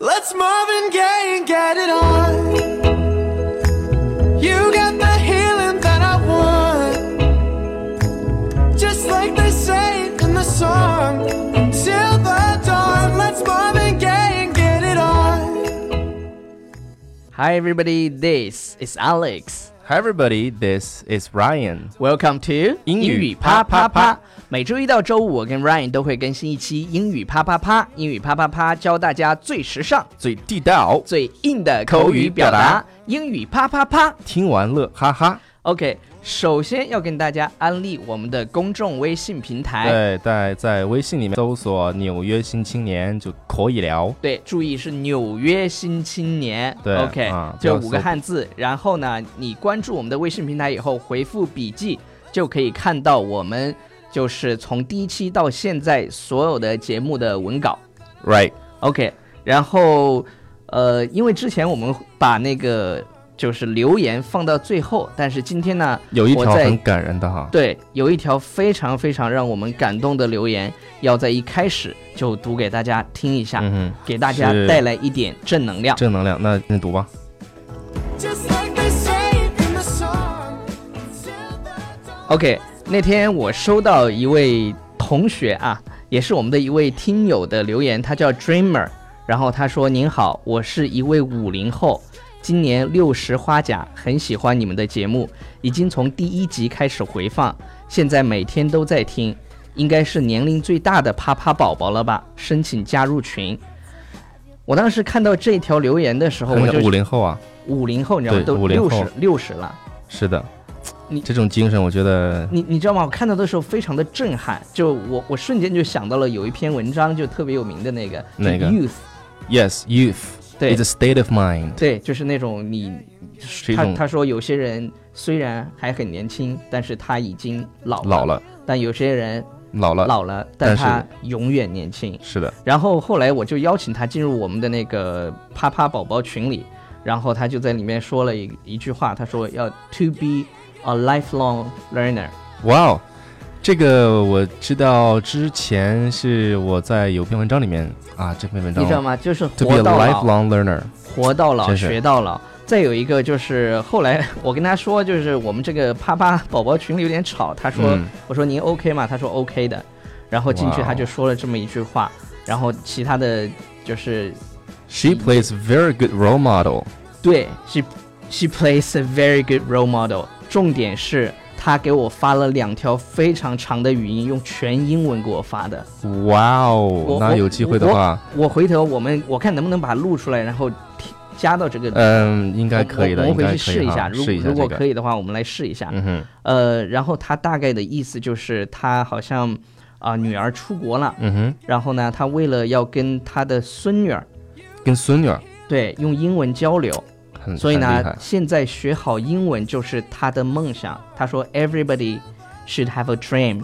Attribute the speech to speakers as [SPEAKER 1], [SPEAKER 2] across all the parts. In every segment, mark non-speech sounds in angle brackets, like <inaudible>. [SPEAKER 1] Let's Marvin Gaye and get it on. You got the healing that I want. Just like they say it in the song. Till the dawn, let's Marvin Gaye and get it on.
[SPEAKER 2] Hi, everybody. This is Alex.
[SPEAKER 3] Hi everybody, this is Ryan。
[SPEAKER 2] Welcome to
[SPEAKER 3] 英语
[SPEAKER 2] 啪啪
[SPEAKER 3] 啪啪
[SPEAKER 2] 啪
[SPEAKER 3] 啪。
[SPEAKER 2] 每周一到周五，我跟 Ryan 都会更新一期英语啪啪啪。英语啪啪啪教大家最时尚、
[SPEAKER 3] 最地道，
[SPEAKER 2] 最硬的口语表达。英语啪啪啪。
[SPEAKER 3] 听完乐哈哈。
[SPEAKER 2] OK，首先要跟大家安利我们的公众微信平台。
[SPEAKER 3] 对，在在微信里面搜索“纽约新青年”就可以聊。
[SPEAKER 2] 对，注意是纽约新青年。
[SPEAKER 3] 对
[SPEAKER 2] o k
[SPEAKER 3] 啊
[SPEAKER 2] 就
[SPEAKER 3] 不要
[SPEAKER 2] 五个
[SPEAKER 3] 搜
[SPEAKER 2] 汉字。然后呢，你关注我们的微信平台以后，回复笔记就可以看到我们就是从第一期到现在所有的节目的文稿。
[SPEAKER 3] Right，
[SPEAKER 2] OK，然后呃，因为之前我们把那个就是留言放到最后，但是今天呢，
[SPEAKER 3] 有一
[SPEAKER 2] 我
[SPEAKER 3] 条
[SPEAKER 2] 在
[SPEAKER 3] 很感人的哈。
[SPEAKER 2] 对，有一条非常非常让我们感动的留言，要在一开始就读给大家听一下，
[SPEAKER 3] 嗯
[SPEAKER 2] 给大家
[SPEAKER 3] 是
[SPEAKER 2] 带来一点正能量
[SPEAKER 3] 哼，。正能量。那你读吧。
[SPEAKER 1] Just like they say it in the song. Till the dawn.
[SPEAKER 2] OK，那天我收到一位同学啊，也是我们的一位听友的留言，他叫 Dreamer，然后他说：“您好，我是一位五零后，今年六十花甲，很喜欢你们的节目，已经从第一集开始回放，现在每天都在听，应该是年龄最大的啪啪宝宝了吧？申请加入群。”我当时看到这条留言的时候，我就
[SPEAKER 3] 五零后啊，
[SPEAKER 2] 五零后，你知道吗？
[SPEAKER 3] 对
[SPEAKER 2] 都
[SPEAKER 3] 50
[SPEAKER 2] 六
[SPEAKER 3] 后
[SPEAKER 2] 十六十了。
[SPEAKER 3] 是的，
[SPEAKER 2] 你
[SPEAKER 3] 这种精神，我觉得
[SPEAKER 2] 你你知道吗？我看到的时候非常的震撼，就我我瞬间就想到了有一篇文章，就特别有名的那个
[SPEAKER 3] 哪
[SPEAKER 2] 就
[SPEAKER 3] 个
[SPEAKER 2] youth，
[SPEAKER 3] yes youth
[SPEAKER 2] 对
[SPEAKER 3] is a state of mind，
[SPEAKER 2] 对，就是那种你
[SPEAKER 3] 是一
[SPEAKER 2] 他
[SPEAKER 3] 种
[SPEAKER 2] 他说有些人虽然还很年轻，但是他已经老
[SPEAKER 3] 老了
[SPEAKER 2] 但有些人
[SPEAKER 3] 老了，
[SPEAKER 2] 老了，但
[SPEAKER 3] 但是
[SPEAKER 2] 他永远年轻。
[SPEAKER 3] 是的，
[SPEAKER 2] 然后后来我就邀请他进入我们的那个啪啪宝宝群里，然后他就在里面说了一一句话，他说要 to be a lifelong learner。
[SPEAKER 3] 哇哦。这个我知道，之前是我在有篇文章里面啊，这篇文章
[SPEAKER 2] 你知道吗？就是
[SPEAKER 3] To be
[SPEAKER 2] 活
[SPEAKER 3] a
[SPEAKER 2] 到老
[SPEAKER 3] lifelong learner，
[SPEAKER 2] 活到老
[SPEAKER 3] 真是
[SPEAKER 2] 学到老。再有一个就是后来 <laughs> 我跟他说，就是我们这个啪啪宝宝群里有点吵，他说、
[SPEAKER 3] 嗯
[SPEAKER 2] 我说您 OK 吗？他说 OK 的，然后进去
[SPEAKER 3] 哇哦
[SPEAKER 2] 他就说了这么一句话，然后其他的就是。
[SPEAKER 3] She plays very good role model。
[SPEAKER 2] 对，she she plays a very good role model。重点是她给我发了两条非常长的语音，用全英文给我发的。
[SPEAKER 3] 哇
[SPEAKER 2] 我
[SPEAKER 3] 哦，那
[SPEAKER 2] 我
[SPEAKER 3] 有机会的话，
[SPEAKER 2] 我回头我们我看能不能把它录出来，然后贴加到这个。
[SPEAKER 3] 嗯，应该可以
[SPEAKER 2] 我
[SPEAKER 3] 的，
[SPEAKER 2] 我
[SPEAKER 3] 应
[SPEAKER 2] 们
[SPEAKER 3] 该
[SPEAKER 2] 回去
[SPEAKER 3] 可
[SPEAKER 2] 试
[SPEAKER 3] 以
[SPEAKER 2] 一
[SPEAKER 3] 哈
[SPEAKER 2] 下，如
[SPEAKER 3] 试一下
[SPEAKER 2] 如
[SPEAKER 3] 这
[SPEAKER 2] 果
[SPEAKER 3] 个
[SPEAKER 2] 可。以的话，我们来试一下。
[SPEAKER 3] 嗯哼，
[SPEAKER 2] 呃，然后他大概的意思就是，他好像啊、女儿出国了，
[SPEAKER 3] 嗯哼，
[SPEAKER 2] 然后呢，他为了要跟他的孙女儿
[SPEAKER 3] 跟孙女儿
[SPEAKER 2] 对用英文交流，
[SPEAKER 3] 很
[SPEAKER 2] 所以
[SPEAKER 3] 嗯很厉
[SPEAKER 2] 呢
[SPEAKER 3] 害，。
[SPEAKER 2] 现在学好英文就是他的梦想。他说，Everybody should have a dream，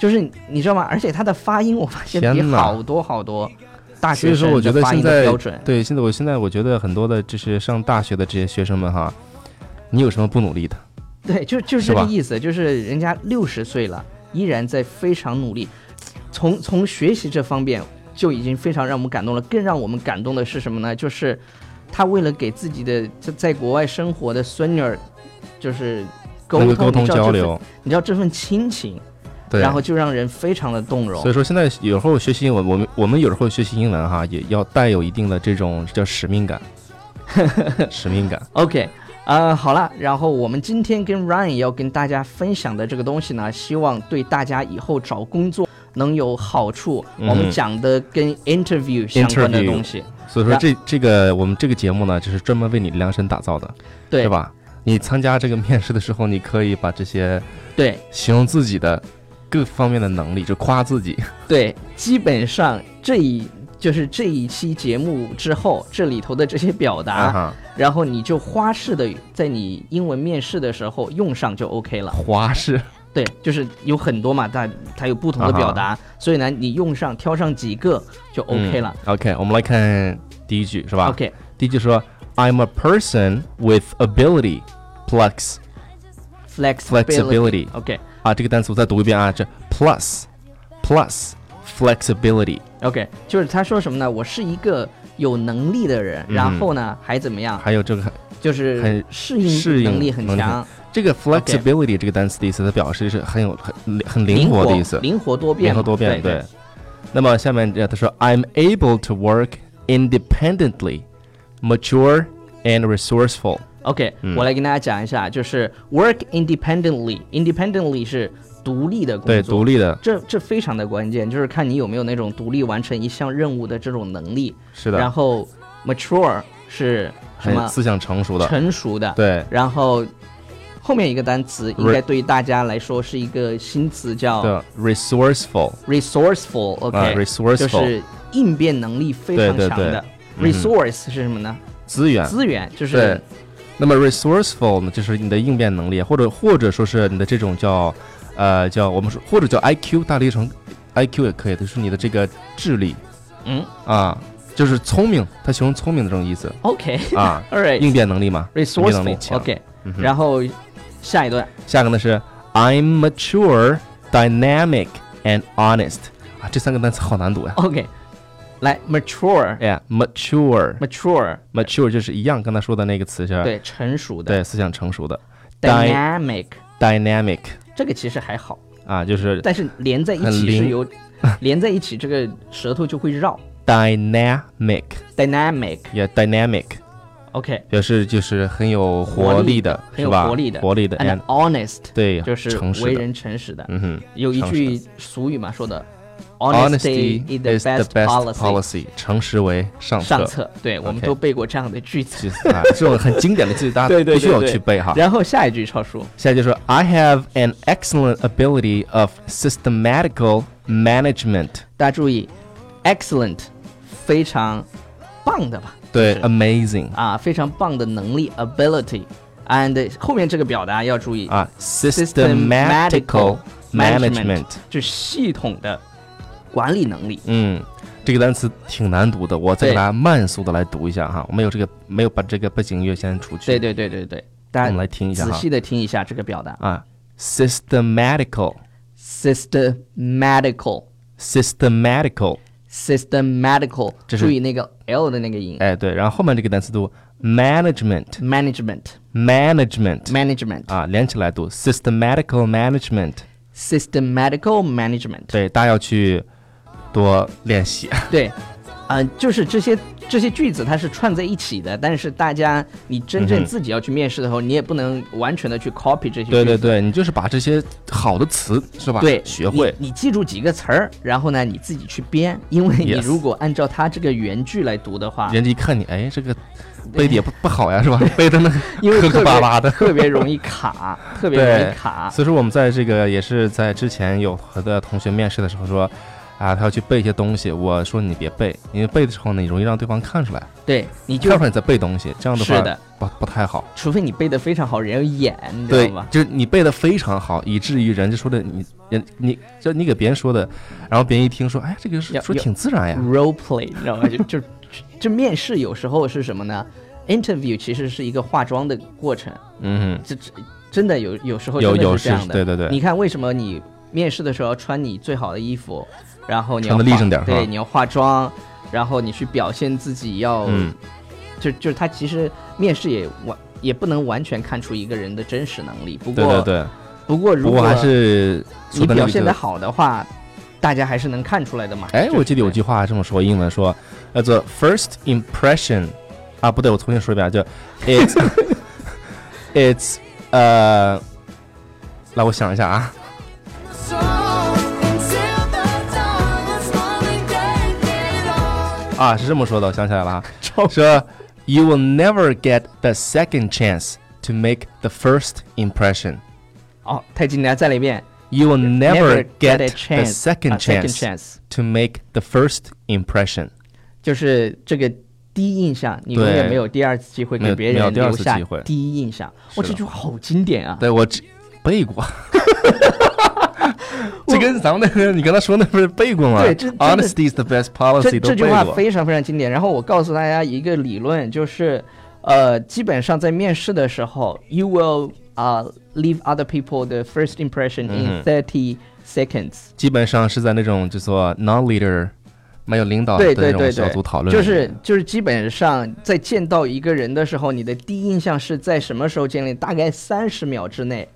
[SPEAKER 2] 就是你你知道吗？而且他的发音，我发现比
[SPEAKER 3] 天哪
[SPEAKER 2] 好多好多大
[SPEAKER 3] 所
[SPEAKER 2] 学
[SPEAKER 3] 以说，
[SPEAKER 2] 生
[SPEAKER 3] 我觉
[SPEAKER 2] 的
[SPEAKER 3] 得
[SPEAKER 2] 发
[SPEAKER 3] 现
[SPEAKER 2] 音的
[SPEAKER 3] 在
[SPEAKER 2] 标准。
[SPEAKER 3] 对现在我现在我觉得很多的就是上大学的这些学生们哈，你有什么不努力的？
[SPEAKER 2] 对，就就是
[SPEAKER 3] 是
[SPEAKER 2] 这个
[SPEAKER 3] 吧
[SPEAKER 2] 意思，就是人家六十岁了，依然在非常努力，从从学习这方面就已经非常让我们感动了。更让我们感动的是什么呢？就是他为了给自己的在在国外生活的孙女儿，就是沟
[SPEAKER 3] 能
[SPEAKER 2] 通
[SPEAKER 3] 够沟通
[SPEAKER 2] 你知道这
[SPEAKER 3] 交
[SPEAKER 2] 份
[SPEAKER 3] 流，
[SPEAKER 2] 你知道这份亲情，
[SPEAKER 3] 对。
[SPEAKER 2] 然后就让人非常的动容
[SPEAKER 3] 所以。说，现在有时候学习英文，我们我们有时候学习英文哈，也要带有一定的这种叫使命
[SPEAKER 2] <laughs>
[SPEAKER 3] 感，使命感。
[SPEAKER 2] OK，呃，好了，然后我们今天跟 Ryan 要跟大家分享的这个东西呢，希望对大家以后找工作能有好处。
[SPEAKER 3] 嗯
[SPEAKER 2] 我们讲的跟 interview 相关的东西，
[SPEAKER 3] 所以说这这个我们这个节目呢，就是专门为你量身打造的，
[SPEAKER 2] 对
[SPEAKER 3] 是吧？你参加这个面试的时候，你可以把这些
[SPEAKER 2] 对
[SPEAKER 3] 形容自己的各方面的能力，就夸自己。
[SPEAKER 2] 对，基本上这一就是这一期节目之后，这里头的这些表达，
[SPEAKER 3] 啊哈，
[SPEAKER 2] 然后你就花式的在你英文面试的时候用上就 OK 了。
[SPEAKER 3] 花式
[SPEAKER 2] 对，就是有很多嘛，它它有不同
[SPEAKER 3] 啊
[SPEAKER 2] 的表达，所以呢，你用上挑上几个就 OK 了。。
[SPEAKER 3] 嗯 OK，我们来看第一句，是吧
[SPEAKER 2] OK，
[SPEAKER 3] 第一句说：“I'm a person with ability, plus
[SPEAKER 2] flexibility
[SPEAKER 3] flexibility。
[SPEAKER 2] OK
[SPEAKER 3] 啊，这个单词我再读一遍啊，这 plus plus flexibility。
[SPEAKER 2] OK，就是他说什么呢？我是一个有能力的人，
[SPEAKER 3] 嗯
[SPEAKER 2] 然后呢还怎么样，
[SPEAKER 3] 还有这个
[SPEAKER 2] 就是
[SPEAKER 3] 很
[SPEAKER 2] 适应
[SPEAKER 3] 适应
[SPEAKER 2] 能力很
[SPEAKER 3] 能力
[SPEAKER 2] 强，
[SPEAKER 3] 这个 flexibility 这个单词的意思，它表示是很有很很灵活的意思，
[SPEAKER 2] 灵活多变嘛，
[SPEAKER 3] 灵活多变。
[SPEAKER 2] 对
[SPEAKER 3] 对。那么下面这他说，I'm able to work independently, mature and resourceful。
[SPEAKER 2] OK，、
[SPEAKER 3] 嗯
[SPEAKER 2] 我来跟大家讲一下，就是 work independently，independently 是独立的工作，
[SPEAKER 3] 对，独立的，
[SPEAKER 2] 这这非常的关键，就是看你有没有那种独立完成一项任务的这种能力。
[SPEAKER 3] 是
[SPEAKER 2] 然
[SPEAKER 3] 的，
[SPEAKER 2] 后 mature 是什
[SPEAKER 3] 很
[SPEAKER 2] 么？
[SPEAKER 3] 思想哎成熟的，
[SPEAKER 2] 成熟的。
[SPEAKER 3] 对
[SPEAKER 2] 然后后面一个单词
[SPEAKER 3] Re-
[SPEAKER 2] 应该对于大家来说是一个新词，叫
[SPEAKER 3] 对，resourceful
[SPEAKER 2] resourceful。
[SPEAKER 3] 啊
[SPEAKER 2] OK，就
[SPEAKER 3] ，resourceful
[SPEAKER 2] 是应变能力非常
[SPEAKER 3] 对对
[SPEAKER 2] 强的。
[SPEAKER 3] 对嗯
[SPEAKER 2] resource 是什么呢？
[SPEAKER 3] 资源。
[SPEAKER 2] 资源，就
[SPEAKER 3] 对
[SPEAKER 2] 是，
[SPEAKER 3] 那么 resourceful 呢，就是你的应变能力，或者或者说是你的这种叫，呃，叫我们说或者叫 IQ，大力成 IQ 也可以，就是你的这个智力
[SPEAKER 2] 嗯
[SPEAKER 3] 啊，就是聪明，它形容聪明的这种意思
[SPEAKER 2] OK，all <laughs>
[SPEAKER 3] 啊，
[SPEAKER 2] right。
[SPEAKER 3] 应变能力嘛。应变能力
[SPEAKER 2] 哎 resourceful
[SPEAKER 3] 强
[SPEAKER 2] OK，
[SPEAKER 3] 嗯哼
[SPEAKER 2] 然后下一段
[SPEAKER 3] 下个呢是 I'm mature, dynamic and honest 啊，这三个单词好难读呀。
[SPEAKER 2] OK，来 mature
[SPEAKER 3] 哎呀，mature
[SPEAKER 2] mature
[SPEAKER 3] mature 就是一样，刚才说的那个词是，
[SPEAKER 2] 对成熟的
[SPEAKER 3] 对，思想成熟的 Dy-
[SPEAKER 2] dynamic
[SPEAKER 3] dynamic
[SPEAKER 2] 这个其实还好，
[SPEAKER 3] 啊，就是
[SPEAKER 2] 但是连在一
[SPEAKER 3] 很
[SPEAKER 2] 起
[SPEAKER 3] 灵
[SPEAKER 2] 是有连在一起，这个舌头就会绕
[SPEAKER 3] dynamic
[SPEAKER 2] dynamic
[SPEAKER 3] 也 dynamic。
[SPEAKER 2] OK
[SPEAKER 3] 表示就是很有
[SPEAKER 2] 活
[SPEAKER 3] 活
[SPEAKER 2] 力
[SPEAKER 3] 力的，
[SPEAKER 2] 很
[SPEAKER 3] 是
[SPEAKER 2] 有
[SPEAKER 3] 吧？
[SPEAKER 2] 活力的
[SPEAKER 3] 活力的
[SPEAKER 2] and
[SPEAKER 3] ，and
[SPEAKER 2] honest
[SPEAKER 3] 对，
[SPEAKER 2] 就是
[SPEAKER 3] 诚
[SPEAKER 2] 为
[SPEAKER 3] 实的，
[SPEAKER 2] 人诚实的，
[SPEAKER 3] 嗯哼。
[SPEAKER 2] 有一
[SPEAKER 3] 诚实
[SPEAKER 2] 句俗语嘛说的 honesty is the
[SPEAKER 3] is the
[SPEAKER 2] best
[SPEAKER 3] best
[SPEAKER 2] policy
[SPEAKER 3] policy，诚实为上策。
[SPEAKER 2] 上策，对我们
[SPEAKER 3] OK
[SPEAKER 2] 都背过这样的句子。
[SPEAKER 3] <laughs> 这啊，这种很经典的句
[SPEAKER 2] <laughs>
[SPEAKER 3] 子，大
[SPEAKER 2] 对
[SPEAKER 3] 家
[SPEAKER 2] 对
[SPEAKER 3] 必须
[SPEAKER 2] 对
[SPEAKER 3] 要
[SPEAKER 2] 对
[SPEAKER 3] 去背哈。
[SPEAKER 2] 然后下一句超叔
[SPEAKER 3] 下一句说，I have an excellent ability of systematical management。
[SPEAKER 2] 大家注意，excellent，非常棒的吧？
[SPEAKER 3] 对
[SPEAKER 2] 就是
[SPEAKER 3] ，amazing
[SPEAKER 2] 啊，非常棒的能力 ability，and 后面这个表达要注意，
[SPEAKER 3] 啊
[SPEAKER 2] systematical
[SPEAKER 3] ，systematical
[SPEAKER 2] management
[SPEAKER 3] management。
[SPEAKER 2] 就是系统的管理能力。
[SPEAKER 3] 嗯，这个单词挺难读的，我再
[SPEAKER 2] 对
[SPEAKER 3] 给大家慢速的来读一下哈。我们有这个没有把这个背景音乐先除去。
[SPEAKER 2] 对对对对对，大
[SPEAKER 3] 我们
[SPEAKER 2] 家
[SPEAKER 3] 来听一下
[SPEAKER 2] 仔
[SPEAKER 3] 哈
[SPEAKER 2] 细的听一下这个表达
[SPEAKER 3] 啊，systematical
[SPEAKER 2] ，systematical。
[SPEAKER 3] systematical，
[SPEAKER 2] systematical，
[SPEAKER 3] 这是
[SPEAKER 2] 注意那个 l 的那个音
[SPEAKER 3] 哎对，然后后面这个单词读 management
[SPEAKER 2] ，management
[SPEAKER 3] management
[SPEAKER 2] management
[SPEAKER 3] 啊，连起来读 systematical management，
[SPEAKER 2] systematical management，
[SPEAKER 3] 对，大家要去多练习，
[SPEAKER 2] 对，嗯、就是这些这些句子它是串在一起的，但是大家你真
[SPEAKER 3] 嗯
[SPEAKER 2] 正
[SPEAKER 3] 哼
[SPEAKER 2] 自己要去面试的时候，你也不能完全的去 copy 这些句子。
[SPEAKER 3] 对对对，你就是把这些好的词是吧，
[SPEAKER 2] 对，
[SPEAKER 3] 学会，
[SPEAKER 2] 你你记住几个词儿，然后呢，你自己去编，因为你
[SPEAKER 3] Yes
[SPEAKER 2] 如果按照它这个原句来读的话，
[SPEAKER 3] 人家一看你，哎，这个背的也不不好呀，是吧？背的呢
[SPEAKER 2] 因为
[SPEAKER 3] 磕
[SPEAKER 2] 特
[SPEAKER 3] 磕
[SPEAKER 2] 别
[SPEAKER 3] 巴巴
[SPEAKER 2] <laughs>
[SPEAKER 3] 的，
[SPEAKER 2] 特别容易卡，特别容
[SPEAKER 3] 对
[SPEAKER 2] 易，卡。
[SPEAKER 3] 所以说我们在这个也是在之前有和的同学面试的时候说，啊，他要去背一些东西，我说你别背，因为背的时候呢，你容易让对方看出来，
[SPEAKER 2] 对，你就
[SPEAKER 3] 看出来你在背东西，这样的话
[SPEAKER 2] 是的，
[SPEAKER 3] 不不太好。
[SPEAKER 2] 除非你背的非常好，人要演，你知
[SPEAKER 3] 对
[SPEAKER 2] 道吗，？
[SPEAKER 3] 就是你背的非常好，以至于人家说的你人你就你给别人说的，然后别人一听说，哎，这个说
[SPEAKER 2] 要
[SPEAKER 3] 说
[SPEAKER 2] 要
[SPEAKER 3] 挺自然呀，
[SPEAKER 2] role play，你知道吗？就就就面试有时候是什么呢？interview 其实是一个化妆的过程，
[SPEAKER 3] 嗯
[SPEAKER 2] 这这真的有有时候
[SPEAKER 3] 哼，有
[SPEAKER 2] 真的
[SPEAKER 3] 有
[SPEAKER 2] 是这样的。
[SPEAKER 3] 对对对
[SPEAKER 2] 你，看为什么你面试的时候要穿你最好的衣服，然后你要
[SPEAKER 3] 穿得
[SPEAKER 2] 化
[SPEAKER 3] 立正点儿是
[SPEAKER 2] 对，
[SPEAKER 3] 吧
[SPEAKER 2] 你要化妆，然后你去表现自己要，
[SPEAKER 3] 嗯，
[SPEAKER 2] 就就是他其实面试也完也不能完全看出一个人的真实能力。不
[SPEAKER 3] 对
[SPEAKER 2] 过
[SPEAKER 3] 对对，
[SPEAKER 2] 不过如
[SPEAKER 3] 不
[SPEAKER 2] 果
[SPEAKER 3] 过还是
[SPEAKER 2] 你
[SPEAKER 3] 说的那
[SPEAKER 2] 表
[SPEAKER 3] 个
[SPEAKER 2] 现
[SPEAKER 3] 就
[SPEAKER 2] 的好的话，大家还是能看出来的嘛。
[SPEAKER 3] 哎，
[SPEAKER 2] 就
[SPEAKER 3] 我记得有句话这么说，英文说，叫做 first impression，啊，不对，我重新说一遍
[SPEAKER 2] <laughs>
[SPEAKER 3] 啊，叫 it's it's 呃，来，我想一下啊，
[SPEAKER 2] <laughs>
[SPEAKER 1] So until the dawn, the smiling day, get it on.
[SPEAKER 3] 啊，是这么说的，我想起来了啊，说 you will never get the second chance to make the first impression。
[SPEAKER 2] 哦，太经典了，再来一遍。
[SPEAKER 3] You will never
[SPEAKER 2] get
[SPEAKER 3] get
[SPEAKER 2] a
[SPEAKER 3] the
[SPEAKER 2] chance, a second
[SPEAKER 3] second chance
[SPEAKER 2] chance，
[SPEAKER 3] to make the first impression。
[SPEAKER 2] 就是这个第一印象，你永远
[SPEAKER 3] 对
[SPEAKER 2] 没有第二次机会
[SPEAKER 3] 没
[SPEAKER 2] 给
[SPEAKER 3] 有
[SPEAKER 2] 别
[SPEAKER 3] 没有
[SPEAKER 2] 人
[SPEAKER 3] 第二
[SPEAKER 2] 留
[SPEAKER 3] 次
[SPEAKER 2] 下
[SPEAKER 3] 机会
[SPEAKER 2] 第一印象。哇，
[SPEAKER 3] 是
[SPEAKER 2] 这
[SPEAKER 3] 的
[SPEAKER 2] 句话好经典啊！
[SPEAKER 3] 对
[SPEAKER 2] <laughs>
[SPEAKER 3] 我只背 <laughs> 过，这跟咱们那个你刚才说那不是背过吗？
[SPEAKER 2] 对这真的
[SPEAKER 3] honesty is the best
[SPEAKER 2] 这
[SPEAKER 3] policy 都
[SPEAKER 2] 这句
[SPEAKER 3] 背
[SPEAKER 2] 话
[SPEAKER 3] 过。
[SPEAKER 2] 非常非常经典。然后我告诉大家一个理论，就是，呃，基本上在面试的时候，you will 啊、leave other people the first impression in
[SPEAKER 3] 嗯
[SPEAKER 2] 30 seconds。
[SPEAKER 3] 基本上是在那种就说 non-leader 蛮有领导
[SPEAKER 2] 对
[SPEAKER 3] 的
[SPEAKER 2] 对
[SPEAKER 3] 这种
[SPEAKER 2] 对
[SPEAKER 3] 小
[SPEAKER 2] 对
[SPEAKER 3] 组讨论，
[SPEAKER 2] 就是就是基本上在见到一个人的时候，你的第一印象是在什么时候建立？大概三十秒之内。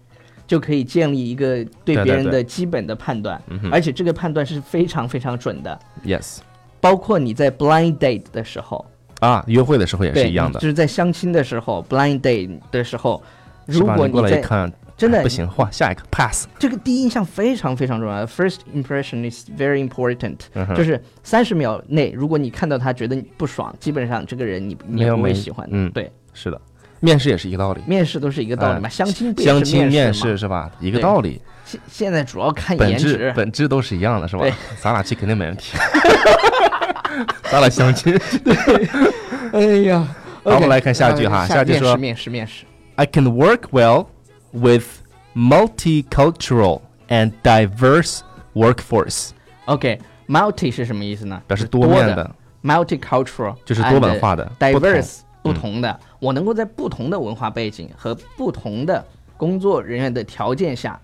[SPEAKER 2] 就可以建立一个对
[SPEAKER 3] 对
[SPEAKER 2] 别人的
[SPEAKER 3] 对
[SPEAKER 2] 基本的判断，
[SPEAKER 3] 嗯哼
[SPEAKER 2] 而且这个判断是非常非常准的。
[SPEAKER 3] yes
[SPEAKER 2] 包括你在 blind date 的时候，
[SPEAKER 3] 啊，约会的时候也是
[SPEAKER 2] 对，
[SPEAKER 3] 一样的
[SPEAKER 2] 就，是在相亲的时候 blind date 的时候，
[SPEAKER 3] 是
[SPEAKER 2] 如
[SPEAKER 3] 吧
[SPEAKER 2] 果
[SPEAKER 3] 你过来
[SPEAKER 2] 在
[SPEAKER 3] 一看，
[SPEAKER 2] 真的
[SPEAKER 3] 哎不行，换下一个 pass，
[SPEAKER 2] 这个第一印象非常非常重要，first impression is very important，、
[SPEAKER 3] 嗯哼
[SPEAKER 2] 就是三十秒内，如果你看到他觉得你不爽，基本上这个人你你
[SPEAKER 3] 没
[SPEAKER 2] 也
[SPEAKER 3] 有
[SPEAKER 2] 不会
[SPEAKER 3] 没
[SPEAKER 2] 喜欢的。
[SPEAKER 3] 嗯
[SPEAKER 2] 对，
[SPEAKER 3] 是的，面试也是一个道理，
[SPEAKER 2] 面试都是一个道理嘛，
[SPEAKER 3] 哎
[SPEAKER 2] 相亲不也
[SPEAKER 3] 相
[SPEAKER 2] 是
[SPEAKER 3] 亲面
[SPEAKER 2] 面
[SPEAKER 3] 试
[SPEAKER 2] 嘛。
[SPEAKER 3] 是吧，一个
[SPEAKER 2] 对
[SPEAKER 3] 道理，
[SPEAKER 2] 现现在主要看
[SPEAKER 3] 本
[SPEAKER 2] 颜值，
[SPEAKER 3] 本质都是一样的，是吧
[SPEAKER 2] 对？
[SPEAKER 3] 咱俩去肯定没问题， <laughs> 咱俩相亲。
[SPEAKER 2] 哎呀。
[SPEAKER 3] 好我们来看下一句哈下
[SPEAKER 2] 呃下
[SPEAKER 3] 一句说
[SPEAKER 2] 面试面试面试，
[SPEAKER 3] I can work well with multicultural and diverse workforce，
[SPEAKER 2] OK，multi、是什么意思呢？
[SPEAKER 3] 表示
[SPEAKER 2] 是
[SPEAKER 3] 多面
[SPEAKER 2] 的，multicultural
[SPEAKER 3] 就是多文化的
[SPEAKER 2] and
[SPEAKER 3] 不同嗯
[SPEAKER 2] diverse 不同的，我能够在不同的文化背景和不同的工作人员的条件下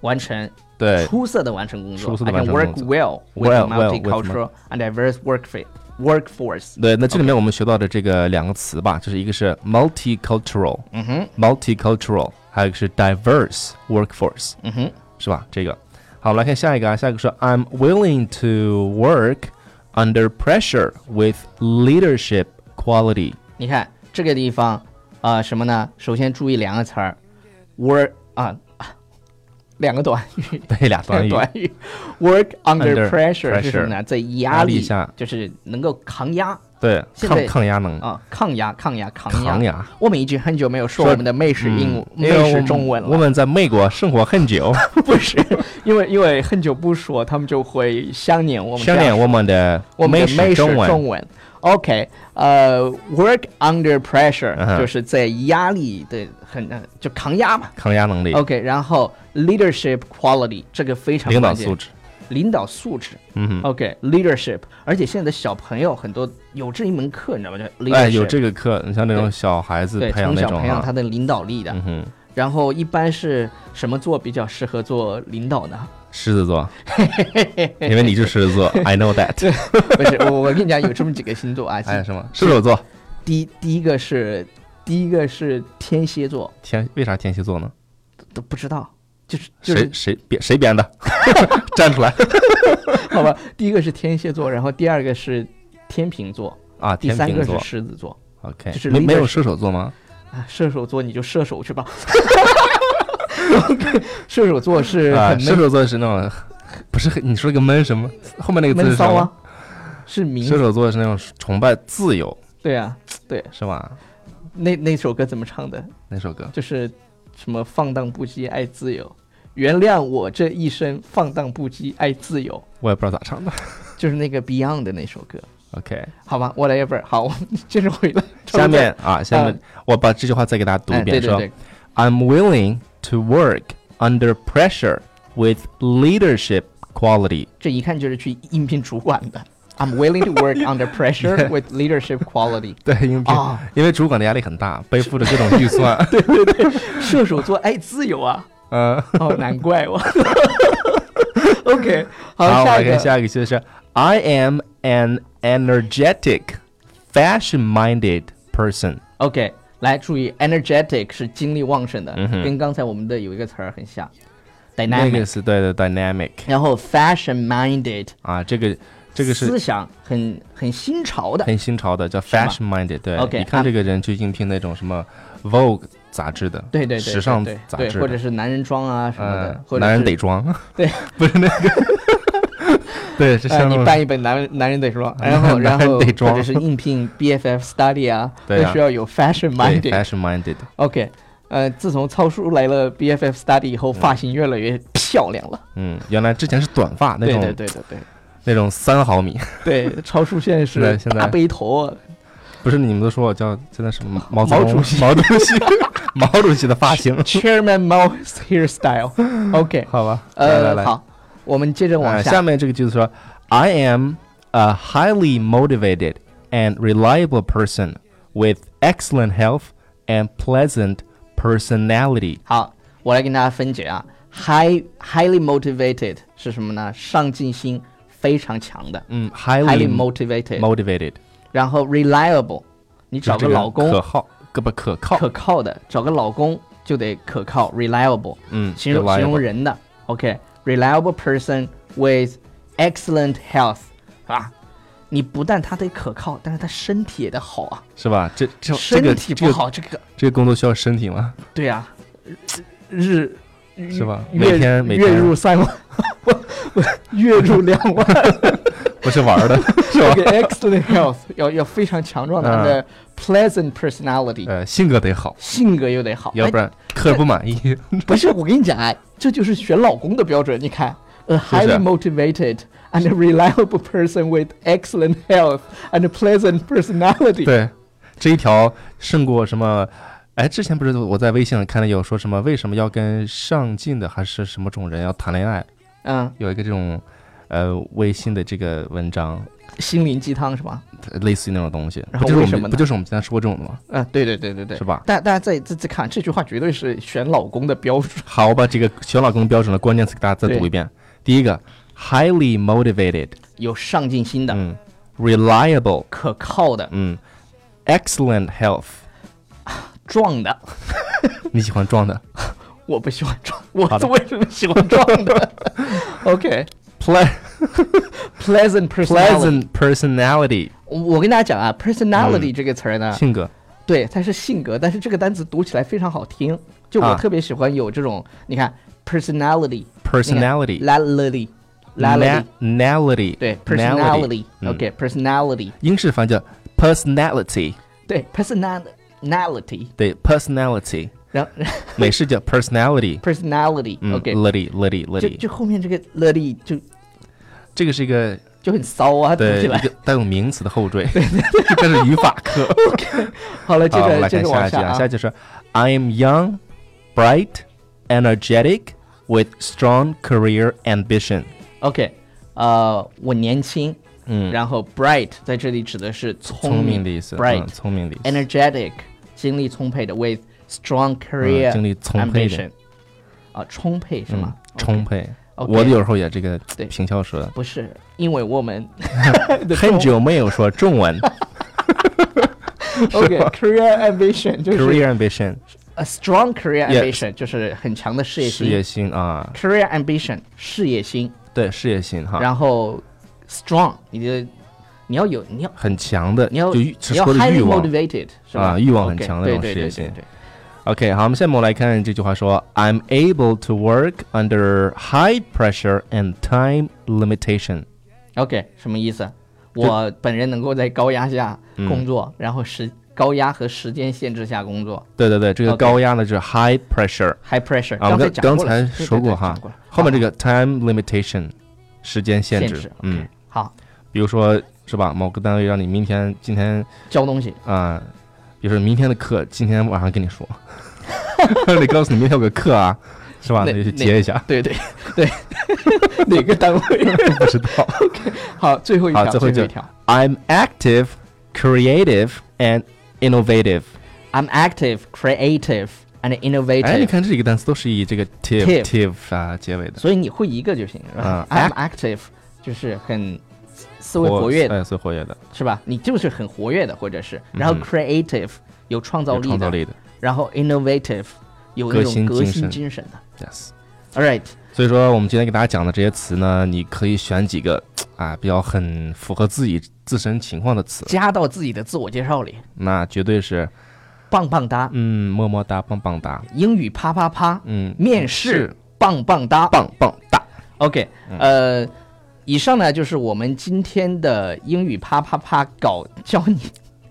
[SPEAKER 2] 完成
[SPEAKER 3] 对
[SPEAKER 2] 出色的完成工作。
[SPEAKER 3] 出色地
[SPEAKER 2] I can
[SPEAKER 3] 完
[SPEAKER 2] work
[SPEAKER 3] 成工作
[SPEAKER 2] well with
[SPEAKER 3] Well, well with
[SPEAKER 2] multicultural and diverse work fit- workforce。
[SPEAKER 3] 对。那这里面我们学到的这个两个词吧，就是一个是 multicultural，
[SPEAKER 2] 嗯哼，
[SPEAKER 3] multicultural，还有一个是 diverse workforce，
[SPEAKER 2] 嗯哼，
[SPEAKER 3] 是吧？这个好，我们来看下一个啊，下一个说 I'm willing to work under pressure with leadership quality。
[SPEAKER 2] <laughs> 你看这个地方啊、呃什么呢？首先注意两个词儿，work 啊。两个短语，
[SPEAKER 3] 对，俩短语。
[SPEAKER 2] 短语，work under
[SPEAKER 3] Under
[SPEAKER 2] pressure 是什么呢？在压
[SPEAKER 3] 压力下
[SPEAKER 2] 就是能够抗压
[SPEAKER 3] 对，
[SPEAKER 2] 现
[SPEAKER 3] 抗
[SPEAKER 2] 在
[SPEAKER 3] 抗压能，
[SPEAKER 2] 啊，抗压，抗压，抗压，
[SPEAKER 3] 抗压。
[SPEAKER 2] 我们已经很久没有说
[SPEAKER 3] 说
[SPEAKER 2] 我们的美式英文、
[SPEAKER 3] 嗯因
[SPEAKER 2] 美
[SPEAKER 3] 为我
[SPEAKER 2] 式
[SPEAKER 3] 们
[SPEAKER 2] 中文了。
[SPEAKER 3] 我们在美国生活很
[SPEAKER 2] <laughs>
[SPEAKER 3] 久，
[SPEAKER 2] 不是，因为因为很久不说，他们就会想念我们这
[SPEAKER 3] 想
[SPEAKER 2] 样。
[SPEAKER 3] 念我们的
[SPEAKER 2] 我们的
[SPEAKER 3] 式
[SPEAKER 2] 美式
[SPEAKER 3] 中文。
[SPEAKER 2] 中文。OK，呃、w o r k under pressure、
[SPEAKER 3] 嗯哼
[SPEAKER 2] 就是在压力的很就抗压嘛。
[SPEAKER 3] 抗压能力、
[SPEAKER 2] OK，然后 leadership quality 这个非常
[SPEAKER 3] 领导
[SPEAKER 2] 关键
[SPEAKER 3] 素，质，
[SPEAKER 2] 领导素质。
[SPEAKER 3] 嗯哼，
[SPEAKER 2] OK，leadership，、而且现在的小朋友很多有这一门课，你知道吗？就 leadership，、
[SPEAKER 3] 哎，有这个课，你像那种
[SPEAKER 2] 对
[SPEAKER 3] 小孩子
[SPEAKER 2] 对，
[SPEAKER 3] 培养
[SPEAKER 2] 从
[SPEAKER 3] 那
[SPEAKER 2] 小
[SPEAKER 3] 种
[SPEAKER 2] 培养
[SPEAKER 3] 啊
[SPEAKER 2] 他，的领导力的。
[SPEAKER 3] 嗯哼，
[SPEAKER 2] 然后一般是什么座比较适合做领导
[SPEAKER 3] <laughs>
[SPEAKER 2] 呢？
[SPEAKER 3] 狮子
[SPEAKER 2] <laughs>
[SPEAKER 3] 座，因为你是狮子座，I know that。
[SPEAKER 2] 不是，我我跟你讲，有这么几个星座啊。
[SPEAKER 3] <laughs> 哎，什么？射手座，
[SPEAKER 2] 第第一个是第一个是天蝎座，
[SPEAKER 3] 天，为啥天蝎座呢？
[SPEAKER 2] 都不知道，就是就
[SPEAKER 3] 谁
[SPEAKER 2] 是
[SPEAKER 3] 谁编谁编的？站出来
[SPEAKER 2] <laughs> 好吧。第一个是天蝎座，然后第二个是天秤座，
[SPEAKER 3] 啊！
[SPEAKER 2] 第
[SPEAKER 3] 天
[SPEAKER 2] 三
[SPEAKER 3] 秤
[SPEAKER 2] 个是
[SPEAKER 3] 座
[SPEAKER 2] 狮子座
[SPEAKER 3] ，OK，
[SPEAKER 2] 就是
[SPEAKER 3] 没没有
[SPEAKER 2] leadership
[SPEAKER 3] 射手座吗？
[SPEAKER 2] 啊。射手座你就射手去吧。射手座是
[SPEAKER 3] 啊，
[SPEAKER 2] 很
[SPEAKER 3] 射
[SPEAKER 2] 闷
[SPEAKER 3] 手座是那种， <laughs> 不是很你说个闷什么？后面那个字
[SPEAKER 2] 闷
[SPEAKER 3] 是什
[SPEAKER 2] 骚
[SPEAKER 3] 么？
[SPEAKER 2] 啊，是明
[SPEAKER 3] 射手座是那种崇拜自由，
[SPEAKER 2] 对啊对。
[SPEAKER 3] 是吧？
[SPEAKER 2] 那那首歌怎么唱的？
[SPEAKER 3] 那首歌
[SPEAKER 2] 就是什么放荡不羁爱自由，原谅我这一生放荡不羁爱自由，
[SPEAKER 3] 我也不知道咋唱的。
[SPEAKER 2] 就是那个 Beyond 的那首歌，
[SPEAKER 3] <laughs> OK，
[SPEAKER 2] 好吧，whatever，好， <laughs> 我们接着回来。
[SPEAKER 3] 下面啊，下面我把这句话再给大家读一
[SPEAKER 2] 哎，对
[SPEAKER 3] 遍，
[SPEAKER 2] 对
[SPEAKER 3] 说
[SPEAKER 2] 对
[SPEAKER 3] I'm willing to work under pressure with leadership quality。
[SPEAKER 2] 这一看就是去应聘主管的。I'm willing to work under pressure
[SPEAKER 3] <laughs>
[SPEAKER 2] with leadership quality
[SPEAKER 3] <laughs> 对，因为
[SPEAKER 2] 啊，
[SPEAKER 3] 因为主管的压力很 <laughs> 大，背负着各种预算，
[SPEAKER 2] 射手座爱自由啊，
[SPEAKER 3] 嗯，
[SPEAKER 2] 哦，难怪我。OK，
[SPEAKER 3] 好，
[SPEAKER 2] 好，
[SPEAKER 3] 我
[SPEAKER 2] 下
[SPEAKER 3] 来
[SPEAKER 2] 一
[SPEAKER 3] 看
[SPEAKER 2] 个
[SPEAKER 3] 下一个就是 I am an energetic, fashion-minded person。
[SPEAKER 2] OK，来注意，energetic 是精力旺盛的，
[SPEAKER 3] 嗯哼
[SPEAKER 2] 跟刚才我们的有一个词儿很像
[SPEAKER 3] 那
[SPEAKER 2] ，dynamic。
[SPEAKER 3] 个是对的，dynamic
[SPEAKER 2] 然后 fashion minded，
[SPEAKER 3] 啊，这个这个是
[SPEAKER 2] 思想很很新潮的。
[SPEAKER 3] 很新潮的，叫
[SPEAKER 2] 是吗
[SPEAKER 3] fashion minded。对
[SPEAKER 2] OK，
[SPEAKER 3] 你看
[SPEAKER 2] 啊
[SPEAKER 3] 这个人去应聘那种什么 Vogue 杂志的，
[SPEAKER 2] 对对对，
[SPEAKER 3] 时尚
[SPEAKER 2] 对
[SPEAKER 3] 杂
[SPEAKER 2] 对，
[SPEAKER 3] 志
[SPEAKER 2] 或者
[SPEAKER 3] 的，
[SPEAKER 2] 是男人装啊什么的，
[SPEAKER 3] 嗯，
[SPEAKER 2] 或者
[SPEAKER 3] 男人
[SPEAKER 2] 是
[SPEAKER 3] 得装，
[SPEAKER 2] 对，
[SPEAKER 3] <laughs> 不是那个， <laughs> 对，是
[SPEAKER 2] 呃，
[SPEAKER 3] 像那
[SPEAKER 2] 你
[SPEAKER 3] 种
[SPEAKER 2] 办一本男男人得装，然后然
[SPEAKER 3] 男人
[SPEAKER 2] 后
[SPEAKER 3] 得
[SPEAKER 2] 或
[SPEAKER 3] 装
[SPEAKER 2] 者是应聘 BFF study 啊，
[SPEAKER 3] 对啊
[SPEAKER 2] 都需要有 fashion
[SPEAKER 3] 对
[SPEAKER 2] minded。
[SPEAKER 3] fashion minded。
[SPEAKER 2] OK，呃，自从超叔来了 BFF study 以后，发型越来越漂亮了。
[SPEAKER 3] 嗯，原来之前是短发
[SPEAKER 2] 对
[SPEAKER 3] 那
[SPEAKER 2] 对
[SPEAKER 3] 种，
[SPEAKER 2] 对对对
[SPEAKER 3] 那种三毫米， <laughs>
[SPEAKER 2] 对，超叔现在是
[SPEAKER 3] 对现在
[SPEAKER 2] 大背头啊，
[SPEAKER 3] 不是你们都说我叫现在什么
[SPEAKER 2] 毛
[SPEAKER 3] 毛泽东
[SPEAKER 2] 主席
[SPEAKER 3] 毛主席 <laughs> 毛主席的发型，
[SPEAKER 2] Chairman Mao hairstyle。OK，
[SPEAKER 3] <laughs> 好吧，来来
[SPEAKER 2] 呃，
[SPEAKER 3] 来，
[SPEAKER 2] 好，我们接着往
[SPEAKER 3] 呃
[SPEAKER 2] 下。
[SPEAKER 3] 下面这个就是说，I am a highly motivated and reliable person with excellent health and pleasant personality。
[SPEAKER 2] 好，我来跟大家分解啊。High highly motivated 是什么呢？上进心非常强的
[SPEAKER 3] 嗯
[SPEAKER 2] ，highly
[SPEAKER 3] ，highly
[SPEAKER 2] motivated，
[SPEAKER 3] motivated，
[SPEAKER 2] 然后 reliable，你找
[SPEAKER 3] 就是
[SPEAKER 2] 个
[SPEAKER 3] 这
[SPEAKER 2] 老公
[SPEAKER 3] 可靠，可不可靠？
[SPEAKER 2] 可靠的，找个老公就得可靠 reliable，
[SPEAKER 3] 嗯，
[SPEAKER 2] 形容
[SPEAKER 3] reliable
[SPEAKER 2] 形容人的。OK，reliable、person with excellent health 啊，你不但他得可靠，但是他身体也得好啊，
[SPEAKER 3] 是吧？这这这
[SPEAKER 2] 身
[SPEAKER 3] 个
[SPEAKER 2] 体
[SPEAKER 3] 这
[SPEAKER 2] 不
[SPEAKER 3] 个
[SPEAKER 2] 好这个
[SPEAKER 3] 这个工作需要身体吗？
[SPEAKER 2] 对啊，日日
[SPEAKER 3] 是吧？
[SPEAKER 2] 月
[SPEAKER 3] 每天每
[SPEAKER 2] 月
[SPEAKER 3] 天
[SPEAKER 2] 入三万， <laughs> 不不，月入两万。
[SPEAKER 3] <laughs> 不是玩儿的，
[SPEAKER 2] <laughs>
[SPEAKER 3] 是吧？
[SPEAKER 2] 这个 excellent health 要要非常强壮的
[SPEAKER 3] 嗯
[SPEAKER 2] 他的 pleasant personality，
[SPEAKER 3] 呃，性格得好，
[SPEAKER 2] 性格又得好，
[SPEAKER 3] 要不
[SPEAKER 2] 哎
[SPEAKER 3] 然客人不满意。
[SPEAKER 2] 不是我跟你讲啊，这就是选老公的标准。你看，a
[SPEAKER 3] 是不
[SPEAKER 2] highly
[SPEAKER 3] 是
[SPEAKER 2] motivated and a reliable person with excellent health and a pleasant personality。
[SPEAKER 3] 对，这一条胜过什么？哎，之前不是我在微信上看到有说什么为什么要跟上进的还是什么种人要谈恋爱？
[SPEAKER 2] 嗯，
[SPEAKER 3] 有一个这种呃微信的这个文章，
[SPEAKER 2] 心灵鸡汤是吧？
[SPEAKER 3] 类似于那种东西。
[SPEAKER 2] 然后
[SPEAKER 3] 不就是
[SPEAKER 2] 为
[SPEAKER 3] 我
[SPEAKER 2] 什
[SPEAKER 3] 们
[SPEAKER 2] 么呢
[SPEAKER 3] 不就是我们经常说这种的吗？
[SPEAKER 2] 嗯，对对对对对
[SPEAKER 3] 是。吧？
[SPEAKER 2] 大大家再再再看这句话，绝对是选老公的标准。
[SPEAKER 3] 好，我把这个选老公标准的关键词给大家再读一遍。第一个，highly motivated，
[SPEAKER 2] 有上进心的、
[SPEAKER 3] 嗯，reliable，
[SPEAKER 2] 可靠的、
[SPEAKER 3] 嗯，excellent health，
[SPEAKER 2] <laughs> 壮的。
[SPEAKER 3] 你喜欢壮的
[SPEAKER 2] 我不喜欢壮，我
[SPEAKER 3] 好的
[SPEAKER 2] 为什么喜欢壮
[SPEAKER 3] <laughs>
[SPEAKER 2] 的？OK。
[SPEAKER 3] ，ple
[SPEAKER 2] pleasant personality。
[SPEAKER 3] pleasant 嗯 personality，
[SPEAKER 2] 我我跟大家讲啊，personality 这个词儿呢，
[SPEAKER 3] 性格，
[SPEAKER 2] 对，它是性格，但是这个单词读起来非常好听，就我
[SPEAKER 3] 啊
[SPEAKER 2] 特别喜欢有这种，你看 personality。
[SPEAKER 3] personality
[SPEAKER 2] Personality，Personality，
[SPEAKER 3] personality，
[SPEAKER 2] 对
[SPEAKER 3] personality，嗯
[SPEAKER 2] ，personality，OK，personality，
[SPEAKER 3] 英式翻译叫 personality，
[SPEAKER 2] 对，personality，
[SPEAKER 3] 对 personality，
[SPEAKER 2] 然后
[SPEAKER 3] 美式叫 personality，嗯
[SPEAKER 2] personality，OK，
[SPEAKER 3] ，lity lity
[SPEAKER 2] 就
[SPEAKER 3] lity，
[SPEAKER 2] 就后面这个 lady 就
[SPEAKER 3] 这个是一个
[SPEAKER 2] 就很骚啊，读
[SPEAKER 3] 对
[SPEAKER 2] 起
[SPEAKER 3] 一
[SPEAKER 2] 来。
[SPEAKER 3] 个带有名词的后缀，就开始语法课。
[SPEAKER 2] <laughs> 好了，接
[SPEAKER 3] 好，我们
[SPEAKER 2] 着
[SPEAKER 3] 来
[SPEAKER 2] 接
[SPEAKER 3] 看
[SPEAKER 2] 着
[SPEAKER 3] 下
[SPEAKER 2] 往
[SPEAKER 3] 一句啊，
[SPEAKER 2] 啊
[SPEAKER 3] 下一句是 I am young, bright, energetic, with strong career ambition。
[SPEAKER 2] ，OK，呃，我年轻，
[SPEAKER 3] 嗯，
[SPEAKER 2] 然后 bright 在这里指的是聪
[SPEAKER 3] 聪
[SPEAKER 2] 明
[SPEAKER 3] 明的意思，
[SPEAKER 2] ，bright
[SPEAKER 3] 嗯聪明的意思，
[SPEAKER 2] energetic，精力充沛的，with strong career，、
[SPEAKER 3] 嗯精力充沛的
[SPEAKER 2] ambition，啊，充沛是
[SPEAKER 3] 嗯
[SPEAKER 2] 吗？，
[SPEAKER 3] 充沛。
[SPEAKER 2] OK
[SPEAKER 3] 我有时候也这个
[SPEAKER 2] 对
[SPEAKER 3] 平翘舌，
[SPEAKER 2] 不是，因为我
[SPEAKER 3] <laughs>
[SPEAKER 2] 们的
[SPEAKER 3] 很
[SPEAKER 2] 中
[SPEAKER 3] 久没有说中
[SPEAKER 2] <laughs>
[SPEAKER 3] 文
[SPEAKER 2] OK career ambition 就是
[SPEAKER 3] career ambition
[SPEAKER 2] a strong career
[SPEAKER 3] Yeah
[SPEAKER 2] ambition，就是很强的事业
[SPEAKER 3] 事
[SPEAKER 2] 心
[SPEAKER 3] 业心啊，
[SPEAKER 2] career ambition 事业心，
[SPEAKER 3] 对事业心哈，
[SPEAKER 2] 然后 strong 你的你要有你要
[SPEAKER 3] 很强的，
[SPEAKER 2] 你要
[SPEAKER 3] 就欲
[SPEAKER 2] 你要
[SPEAKER 3] 说的
[SPEAKER 2] highly
[SPEAKER 3] 欲望。
[SPEAKER 2] motivated 是吧？
[SPEAKER 3] 啊欲望很
[SPEAKER 2] OK，
[SPEAKER 3] 强的
[SPEAKER 2] 对
[SPEAKER 3] 那种
[SPEAKER 2] 对
[SPEAKER 3] 事业
[SPEAKER 2] 对
[SPEAKER 3] 心
[SPEAKER 2] 对对
[SPEAKER 3] OK，好，我们下面我们来看这句话说：I'm able to work under high pressure and time limitation。
[SPEAKER 2] OK，什么意思？我本人能够在高压下
[SPEAKER 3] 嗯
[SPEAKER 2] 工作，然后时高压和时间限制下工作
[SPEAKER 3] 对对对，这个
[SPEAKER 2] OK
[SPEAKER 3] 高压呢就是 high pressure。
[SPEAKER 2] ，high pressure。
[SPEAKER 3] 啊，我
[SPEAKER 2] 才
[SPEAKER 3] 们
[SPEAKER 2] 讲
[SPEAKER 3] 刚
[SPEAKER 2] 过
[SPEAKER 3] 刚
[SPEAKER 2] 了
[SPEAKER 3] 才
[SPEAKER 2] 对对
[SPEAKER 3] 说
[SPEAKER 2] 对
[SPEAKER 3] 过哈
[SPEAKER 2] 讲过了，
[SPEAKER 3] 后面这
[SPEAKER 2] 好
[SPEAKER 3] 个 time limitation 时间限
[SPEAKER 2] 限
[SPEAKER 3] 制，
[SPEAKER 2] 嗯
[SPEAKER 3] 嗯，，
[SPEAKER 2] 好，
[SPEAKER 3] 比如说是吧，某个单位让你明天、今天
[SPEAKER 2] 交东西
[SPEAKER 3] 啊，比如说明天的课，今天晚上跟你说， <laughs> 得告诉你明天有个课啊，是吧？
[SPEAKER 2] 那
[SPEAKER 3] 那就去
[SPEAKER 2] 那
[SPEAKER 3] 结一下，
[SPEAKER 2] 对对对，
[SPEAKER 3] <laughs>
[SPEAKER 2] 哪个单位？
[SPEAKER 3] 不知道。
[SPEAKER 2] 好，最后一条，
[SPEAKER 3] 啊好
[SPEAKER 2] 最
[SPEAKER 3] 最后一
[SPEAKER 2] 一
[SPEAKER 3] 条
[SPEAKER 2] 条。
[SPEAKER 3] I'm active, creative and innovative。
[SPEAKER 2] I'm active, creative and
[SPEAKER 3] 哎，你
[SPEAKER 2] innovative，
[SPEAKER 3] 看这几个单词都是以这个
[SPEAKER 2] Tive
[SPEAKER 3] tive tive 啊结尾的，
[SPEAKER 2] 所以你会一个就行，是吧
[SPEAKER 3] 啊
[SPEAKER 2] ？I'm active 就是很思维活跃的，
[SPEAKER 3] 哎，最活跃的，
[SPEAKER 2] 是吧？你就是很活跃的，或者是，然后
[SPEAKER 3] 嗯
[SPEAKER 2] creative 有创造
[SPEAKER 3] 有
[SPEAKER 2] 力
[SPEAKER 3] 创造
[SPEAKER 2] 的，
[SPEAKER 3] 力的
[SPEAKER 2] 然后 innovative 有那
[SPEAKER 3] 革
[SPEAKER 2] 种
[SPEAKER 3] 新
[SPEAKER 2] 革
[SPEAKER 3] 精
[SPEAKER 2] 新
[SPEAKER 3] 神
[SPEAKER 2] 精神的。
[SPEAKER 3] ，yes。
[SPEAKER 2] All right，
[SPEAKER 3] 所以说，我们今天给大家讲的这些词呢，你可以选几个啊比较很符合自己自身情况的词，
[SPEAKER 2] 加到自己的自我介绍里，
[SPEAKER 3] 那绝对是
[SPEAKER 2] 棒棒哒，
[SPEAKER 3] 嗯么么哒棒棒哒，
[SPEAKER 2] 英语啪啪啪，
[SPEAKER 3] 嗯
[SPEAKER 2] 面试
[SPEAKER 3] 是
[SPEAKER 2] 棒棒哒，
[SPEAKER 3] 棒嗯棒哒，
[SPEAKER 2] OK，呃，以上呢就是我们今天的英语啪啪啪搞教你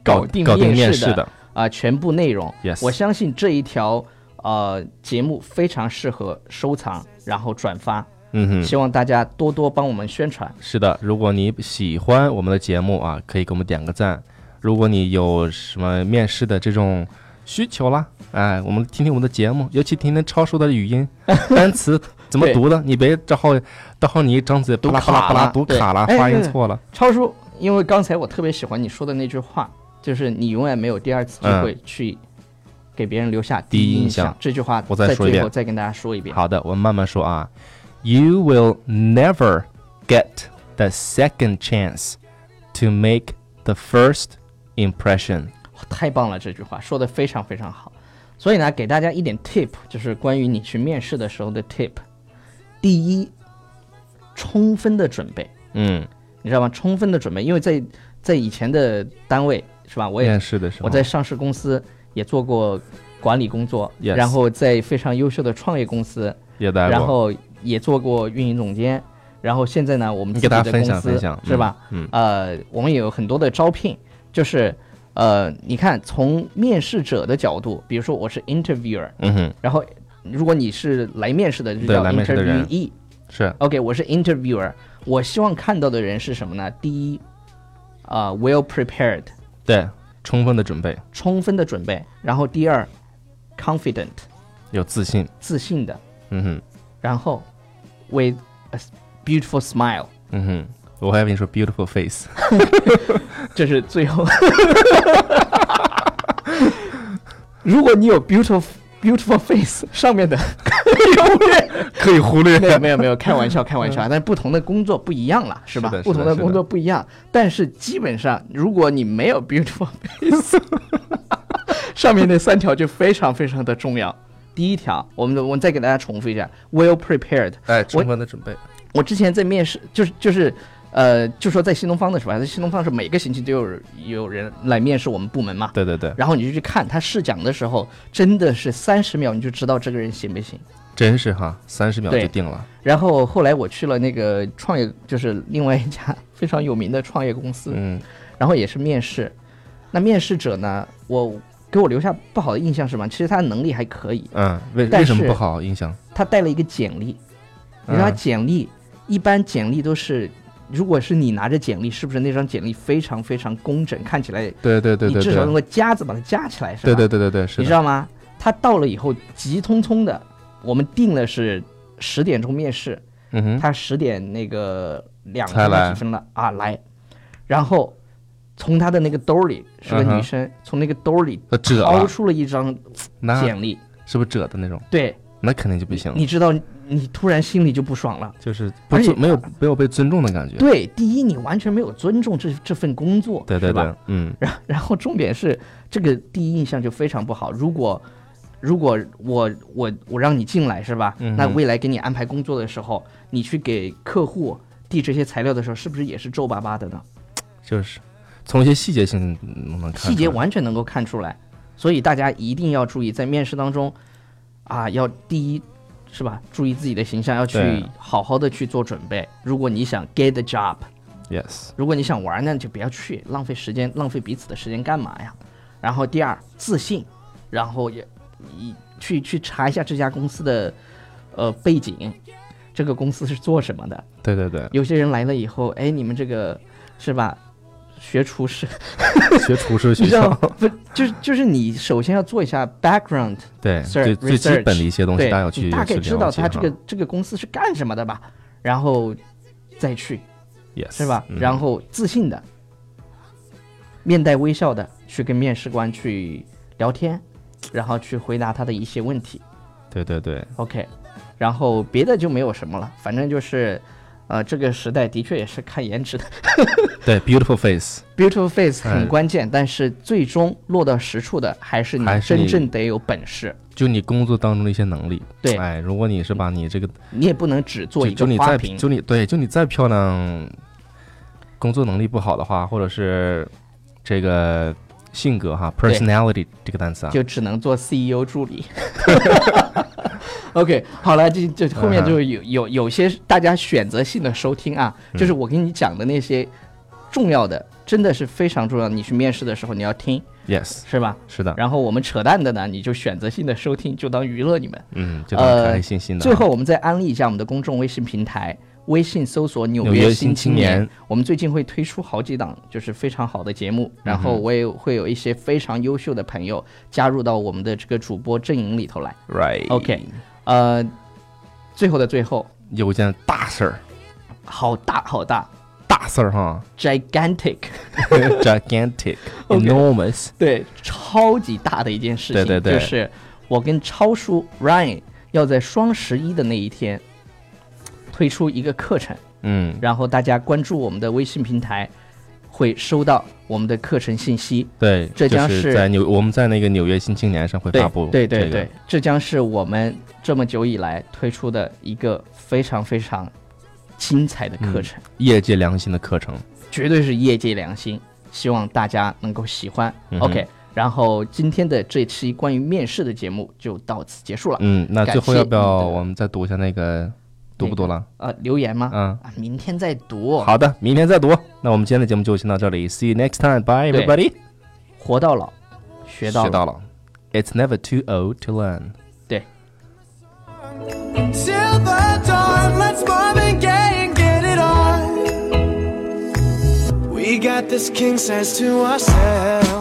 [SPEAKER 3] 搞
[SPEAKER 2] 定
[SPEAKER 3] 搞定
[SPEAKER 2] 面
[SPEAKER 3] 面试
[SPEAKER 2] 的
[SPEAKER 3] 的，
[SPEAKER 2] 啊、全部内容。
[SPEAKER 3] Yes
[SPEAKER 2] 我相信这一条呃节目非常适合收藏，然后转发，
[SPEAKER 3] 嗯
[SPEAKER 2] 希
[SPEAKER 3] 哼。
[SPEAKER 2] 望大家多多帮我们宣传。
[SPEAKER 3] 是的，如果你喜欢我们的节目啊，可以给我们点个赞。如果你有什么面试的这种需求啦，哎，我们听听我们的节目，尤其听听超叔的语
[SPEAKER 2] <laughs>
[SPEAKER 3] 音单词怎么
[SPEAKER 2] 对
[SPEAKER 3] 读的，你别到后到后你一张嘴巴
[SPEAKER 2] 读
[SPEAKER 3] 拉巴拉
[SPEAKER 2] 卡
[SPEAKER 3] 巴拉
[SPEAKER 2] 了
[SPEAKER 3] 读
[SPEAKER 2] 对
[SPEAKER 3] 卡了，
[SPEAKER 2] 哎
[SPEAKER 3] 发音
[SPEAKER 2] 对对
[SPEAKER 3] 错了。
[SPEAKER 2] 超叔，因为刚才我特别喜欢你说的那句话，就是你永远没有第二次机
[SPEAKER 3] 嗯
[SPEAKER 2] 会去给别人留下
[SPEAKER 3] 第一
[SPEAKER 2] 印
[SPEAKER 3] 印象
[SPEAKER 2] 这句话
[SPEAKER 3] 我再
[SPEAKER 2] 在
[SPEAKER 3] 说一
[SPEAKER 2] 最
[SPEAKER 3] 遍
[SPEAKER 2] 后再跟大家说一遍。
[SPEAKER 3] 好的，我们慢慢说啊。You will never get the second chance to make the first impression。
[SPEAKER 2] 太棒了，这句话说的非常非常好。所以呢，给大家一点 tip，就是关于你去面试的时候的 tip。第一，充分的准备，
[SPEAKER 3] 嗯，
[SPEAKER 2] 你知道吗？充分的准备，因为在在以前的单位是吧，我也
[SPEAKER 3] 面试的时候，
[SPEAKER 2] 我在上市公司也做过管理工作
[SPEAKER 3] Yes
[SPEAKER 2] 然后在非常优秀的创业公司，
[SPEAKER 3] 也待过，
[SPEAKER 2] 然后也做过运营总监，然后现在呢，我们
[SPEAKER 3] 你
[SPEAKER 2] 自
[SPEAKER 3] 给
[SPEAKER 2] 己的
[SPEAKER 3] 大家分
[SPEAKER 2] 公
[SPEAKER 3] 享
[SPEAKER 2] 司
[SPEAKER 3] 分享，
[SPEAKER 2] 是吧？
[SPEAKER 3] 嗯？
[SPEAKER 2] 呃，我们也有很多的招聘，就是呃，你看从面试者的角度，比如说我是 interviewer，
[SPEAKER 3] 嗯嗯哼，
[SPEAKER 2] 然后如果你是来面试的，就
[SPEAKER 3] 对
[SPEAKER 2] 叫
[SPEAKER 3] 来面试的人
[SPEAKER 2] interviewee。
[SPEAKER 3] 是
[SPEAKER 2] OK，我是 interviewer，我希望看到的人是什么呢？第一，啊、w e l l prepared，
[SPEAKER 3] 对，充分的准备，
[SPEAKER 2] 充分的准备；然后第二，confident，
[SPEAKER 3] 有自信，
[SPEAKER 2] 自信的；
[SPEAKER 3] 嗯哼，
[SPEAKER 2] 然后，with a beautiful smile，
[SPEAKER 3] 嗯哼，我还以为你说
[SPEAKER 2] <laughs>
[SPEAKER 3] beautiful face，
[SPEAKER 2] 这是最
[SPEAKER 3] <laughs>
[SPEAKER 2] 后。如果你有 beautiful beautiful face 上面的优越，
[SPEAKER 3] <laughs> 可以忽
[SPEAKER 2] <laughs>
[SPEAKER 3] 略嗯
[SPEAKER 2] 没有没有没有，开玩笑开玩笑啊，但是不同的工作不一样了，是吧？
[SPEAKER 3] 是的是的
[SPEAKER 2] 不同的工作不一样，但是基本上如果你没有 beautiful face，上面那三条就非常非常的重要。第一条，我们我们再给大家重复一下，well prepared，
[SPEAKER 3] 哎，充分的准备，
[SPEAKER 2] 我之前在面试，就是就是，呃，就说在新东方的时候，在新东方是每个星期都有人有人来面试我们部门嘛。
[SPEAKER 3] 对对对，
[SPEAKER 2] 然后你就去看他试讲的时候，真的是三十秒你就知道这个人行不行。
[SPEAKER 3] 真是哈，三十秒
[SPEAKER 2] 对
[SPEAKER 3] 就定了，
[SPEAKER 2] 然后后来我去了那个创业，就是另外一家非常有名的创业公司，
[SPEAKER 3] 嗯，
[SPEAKER 2] 然后也是面试。那面试者呢，我给我留下不好的印象是什么？其实他能力还可以，
[SPEAKER 3] 嗯，为
[SPEAKER 2] 但
[SPEAKER 3] 为什么
[SPEAKER 2] 是
[SPEAKER 3] 不好印象？
[SPEAKER 2] 他带了一个简历，你知道
[SPEAKER 3] 嗯
[SPEAKER 2] 简历、一般简历都是，如果是你拿着简历，是不是那张简历非常非常工整，看起来
[SPEAKER 3] 对对对
[SPEAKER 2] 你
[SPEAKER 3] 对
[SPEAKER 2] 至少能
[SPEAKER 3] 对，
[SPEAKER 2] 够夹子把它夹起来，是吧？
[SPEAKER 3] 对对对对对，是
[SPEAKER 2] 你知
[SPEAKER 3] 的，
[SPEAKER 2] 道吗？他到了以后急匆匆的，我们定了是十点钟面试，
[SPEAKER 3] 嗯哼，
[SPEAKER 2] 他十点那个两
[SPEAKER 3] 才
[SPEAKER 2] 分
[SPEAKER 3] 来
[SPEAKER 2] 了几分了啊来，然后从他的那个兜里是个
[SPEAKER 3] 嗯哼
[SPEAKER 2] 女生，从那个兜里
[SPEAKER 3] 他褶
[SPEAKER 2] 掏
[SPEAKER 3] 了，
[SPEAKER 2] 出了一张
[SPEAKER 3] 那
[SPEAKER 2] 简历，
[SPEAKER 3] 是不是褶的那种？
[SPEAKER 2] 对，
[SPEAKER 3] 那肯定就不
[SPEAKER 2] 你
[SPEAKER 3] 行了
[SPEAKER 2] 你，知道，你突然心里就不爽了。
[SPEAKER 3] 就是不
[SPEAKER 2] 而且
[SPEAKER 3] 尊没有没有被尊重的感觉，
[SPEAKER 2] 对，第一，你完全没有尊重这这份工作，
[SPEAKER 3] 对
[SPEAKER 2] 是
[SPEAKER 3] 对
[SPEAKER 2] 吧
[SPEAKER 3] 对？，嗯，
[SPEAKER 2] 然然后重点是这个第一印象就非常不好。如果如果我我我让你进来是吧？
[SPEAKER 3] 嗯哼
[SPEAKER 2] 那未来给你安排工作的时候，你去给客户递这些材料的时候，是不是也是皱巴巴的呢？
[SPEAKER 3] 就是从一些细节性能能看出
[SPEAKER 2] 细节
[SPEAKER 3] 来
[SPEAKER 2] 完全能够看出来，所以大家一定要注意，在面试当中啊，要第一是吧？注意自己的形象，要去
[SPEAKER 3] 对
[SPEAKER 2] 好好的去做准备。如果你想 get the job，
[SPEAKER 3] ，yes，
[SPEAKER 2] 如果你想玩呢，就不要去，浪费时间，浪费彼此的时间干嘛呀？然后第二，自信，然后也一去去查一下这家公司的呃背景，这个公司是做什么的？，
[SPEAKER 3] 对对对
[SPEAKER 2] 有些人来了以后，哎，你们这个是吧？学厨师，
[SPEAKER 3] 学厨师
[SPEAKER 2] 你
[SPEAKER 3] 学
[SPEAKER 2] 知道吗
[SPEAKER 3] 校，
[SPEAKER 2] <laughs> 不就是就是你首先要做一下 background，
[SPEAKER 3] 嗯对
[SPEAKER 2] Sir，
[SPEAKER 3] 最最基
[SPEAKER 2] research，
[SPEAKER 3] 本的一些东西，
[SPEAKER 2] 对
[SPEAKER 3] 大家要，去
[SPEAKER 2] 你大
[SPEAKER 3] 去
[SPEAKER 2] 概知道
[SPEAKER 3] 了解
[SPEAKER 2] 他这个
[SPEAKER 3] 哈
[SPEAKER 2] 这个公司是干什么的吧，然后再去
[SPEAKER 3] yes
[SPEAKER 2] 是吧？
[SPEAKER 3] 嗯
[SPEAKER 2] 然后自信的，面带微笑的去跟面试官去聊天，然后去回答他的一些问题。
[SPEAKER 3] 对对对，
[SPEAKER 2] OK，然后别的就没有什么了，反正就是，呃，这个时代的确也是看颜值的
[SPEAKER 3] 对 beautiful face，
[SPEAKER 2] ，beautiful face
[SPEAKER 3] 哎
[SPEAKER 2] 很关键，但是最终落到实处的还是你
[SPEAKER 3] 还是
[SPEAKER 2] 真
[SPEAKER 3] 你
[SPEAKER 2] 正得有本事，
[SPEAKER 3] 就你工作当中的一些能力，
[SPEAKER 2] 对
[SPEAKER 3] 哎，如果你是把你这个
[SPEAKER 2] 你也不能只做
[SPEAKER 3] 就
[SPEAKER 2] 一
[SPEAKER 3] 就
[SPEAKER 2] 个
[SPEAKER 3] 你
[SPEAKER 2] 花
[SPEAKER 3] 再
[SPEAKER 2] 瓶。
[SPEAKER 3] 就你对就你再漂亮，工作能力不好的话，或者是这个性格哈 personality 这个单词啊，
[SPEAKER 2] 就只能做 CEO 助理。OK，好了，这这后面就有有有些大家选择性的收听啊，
[SPEAKER 3] 嗯
[SPEAKER 2] 就是我给你讲的那些重要的，真的是非常重要的。你去面试的时候你要听，
[SPEAKER 3] yes
[SPEAKER 2] 是吧？
[SPEAKER 3] 是的，
[SPEAKER 2] 然后我们扯淡的呢，你就选择性的收听，就当娱乐你们。
[SPEAKER 3] 嗯，就当开开心心
[SPEAKER 2] 呃
[SPEAKER 3] 的啊。
[SPEAKER 2] 最后，我们再安利一下我们的公众微信平台，微信搜索“纽
[SPEAKER 3] 纽约
[SPEAKER 2] 新
[SPEAKER 3] 新青
[SPEAKER 2] 年”
[SPEAKER 3] 年，
[SPEAKER 2] 我们最近会推出好几档就是非常好的节目，
[SPEAKER 3] 嗯
[SPEAKER 2] 然后我也会有一些非常优秀的朋友加入到我们的这个主播阵营里头来。
[SPEAKER 3] right
[SPEAKER 2] OK，呃，最后的最后，
[SPEAKER 3] 有件大事儿，
[SPEAKER 2] 好大好大
[SPEAKER 3] 大事儿哈 <laughs>
[SPEAKER 2] ，gigantic，
[SPEAKER 3] ，gigantic
[SPEAKER 2] <laughs> OK
[SPEAKER 3] enormous，
[SPEAKER 2] 对，超级大的一件事情，
[SPEAKER 3] 对对对
[SPEAKER 2] 就是我跟超叔 Ryan 要在双十一的那一天推出一个课程，
[SPEAKER 3] 嗯，
[SPEAKER 2] 然后大家关注我们的微信平台，会收到我们的课程信息。
[SPEAKER 3] 对，
[SPEAKER 2] 这
[SPEAKER 3] 就
[SPEAKER 2] 将
[SPEAKER 3] 是
[SPEAKER 2] 是
[SPEAKER 3] 在纽我们在那个纽约新青年上会
[SPEAKER 2] 对
[SPEAKER 3] 发布，
[SPEAKER 2] 对对对，，这将是我们这么久以来推出的一个非常非常精彩的
[SPEAKER 3] 嗯
[SPEAKER 2] 课程，
[SPEAKER 3] 业界良心的课程，
[SPEAKER 2] 绝对是业界良心，希望大家能够喜欢。
[SPEAKER 3] 嗯哼
[SPEAKER 2] OK，然后今天的这期关于面试的节目就到此结束了。
[SPEAKER 3] 嗯，那
[SPEAKER 2] 感
[SPEAKER 3] 最后
[SPEAKER 2] 谢
[SPEAKER 3] 要
[SPEAKER 2] 你
[SPEAKER 3] 不要
[SPEAKER 2] 的
[SPEAKER 3] 我们再读一下那个，读不读了？
[SPEAKER 2] 呃，留言吗？
[SPEAKER 3] 嗯，
[SPEAKER 2] 啊，明天再读。，
[SPEAKER 3] 好的，明天再读。那我们今天的节目就先到这里，See you next time，bye
[SPEAKER 2] 对
[SPEAKER 3] everybody。
[SPEAKER 2] 活到老，学到
[SPEAKER 3] 学
[SPEAKER 2] 老。
[SPEAKER 3] 到了，It's never too old to learn。
[SPEAKER 1] Till the dawn, let's mom and gay and get it on. We got this king size to ourselves.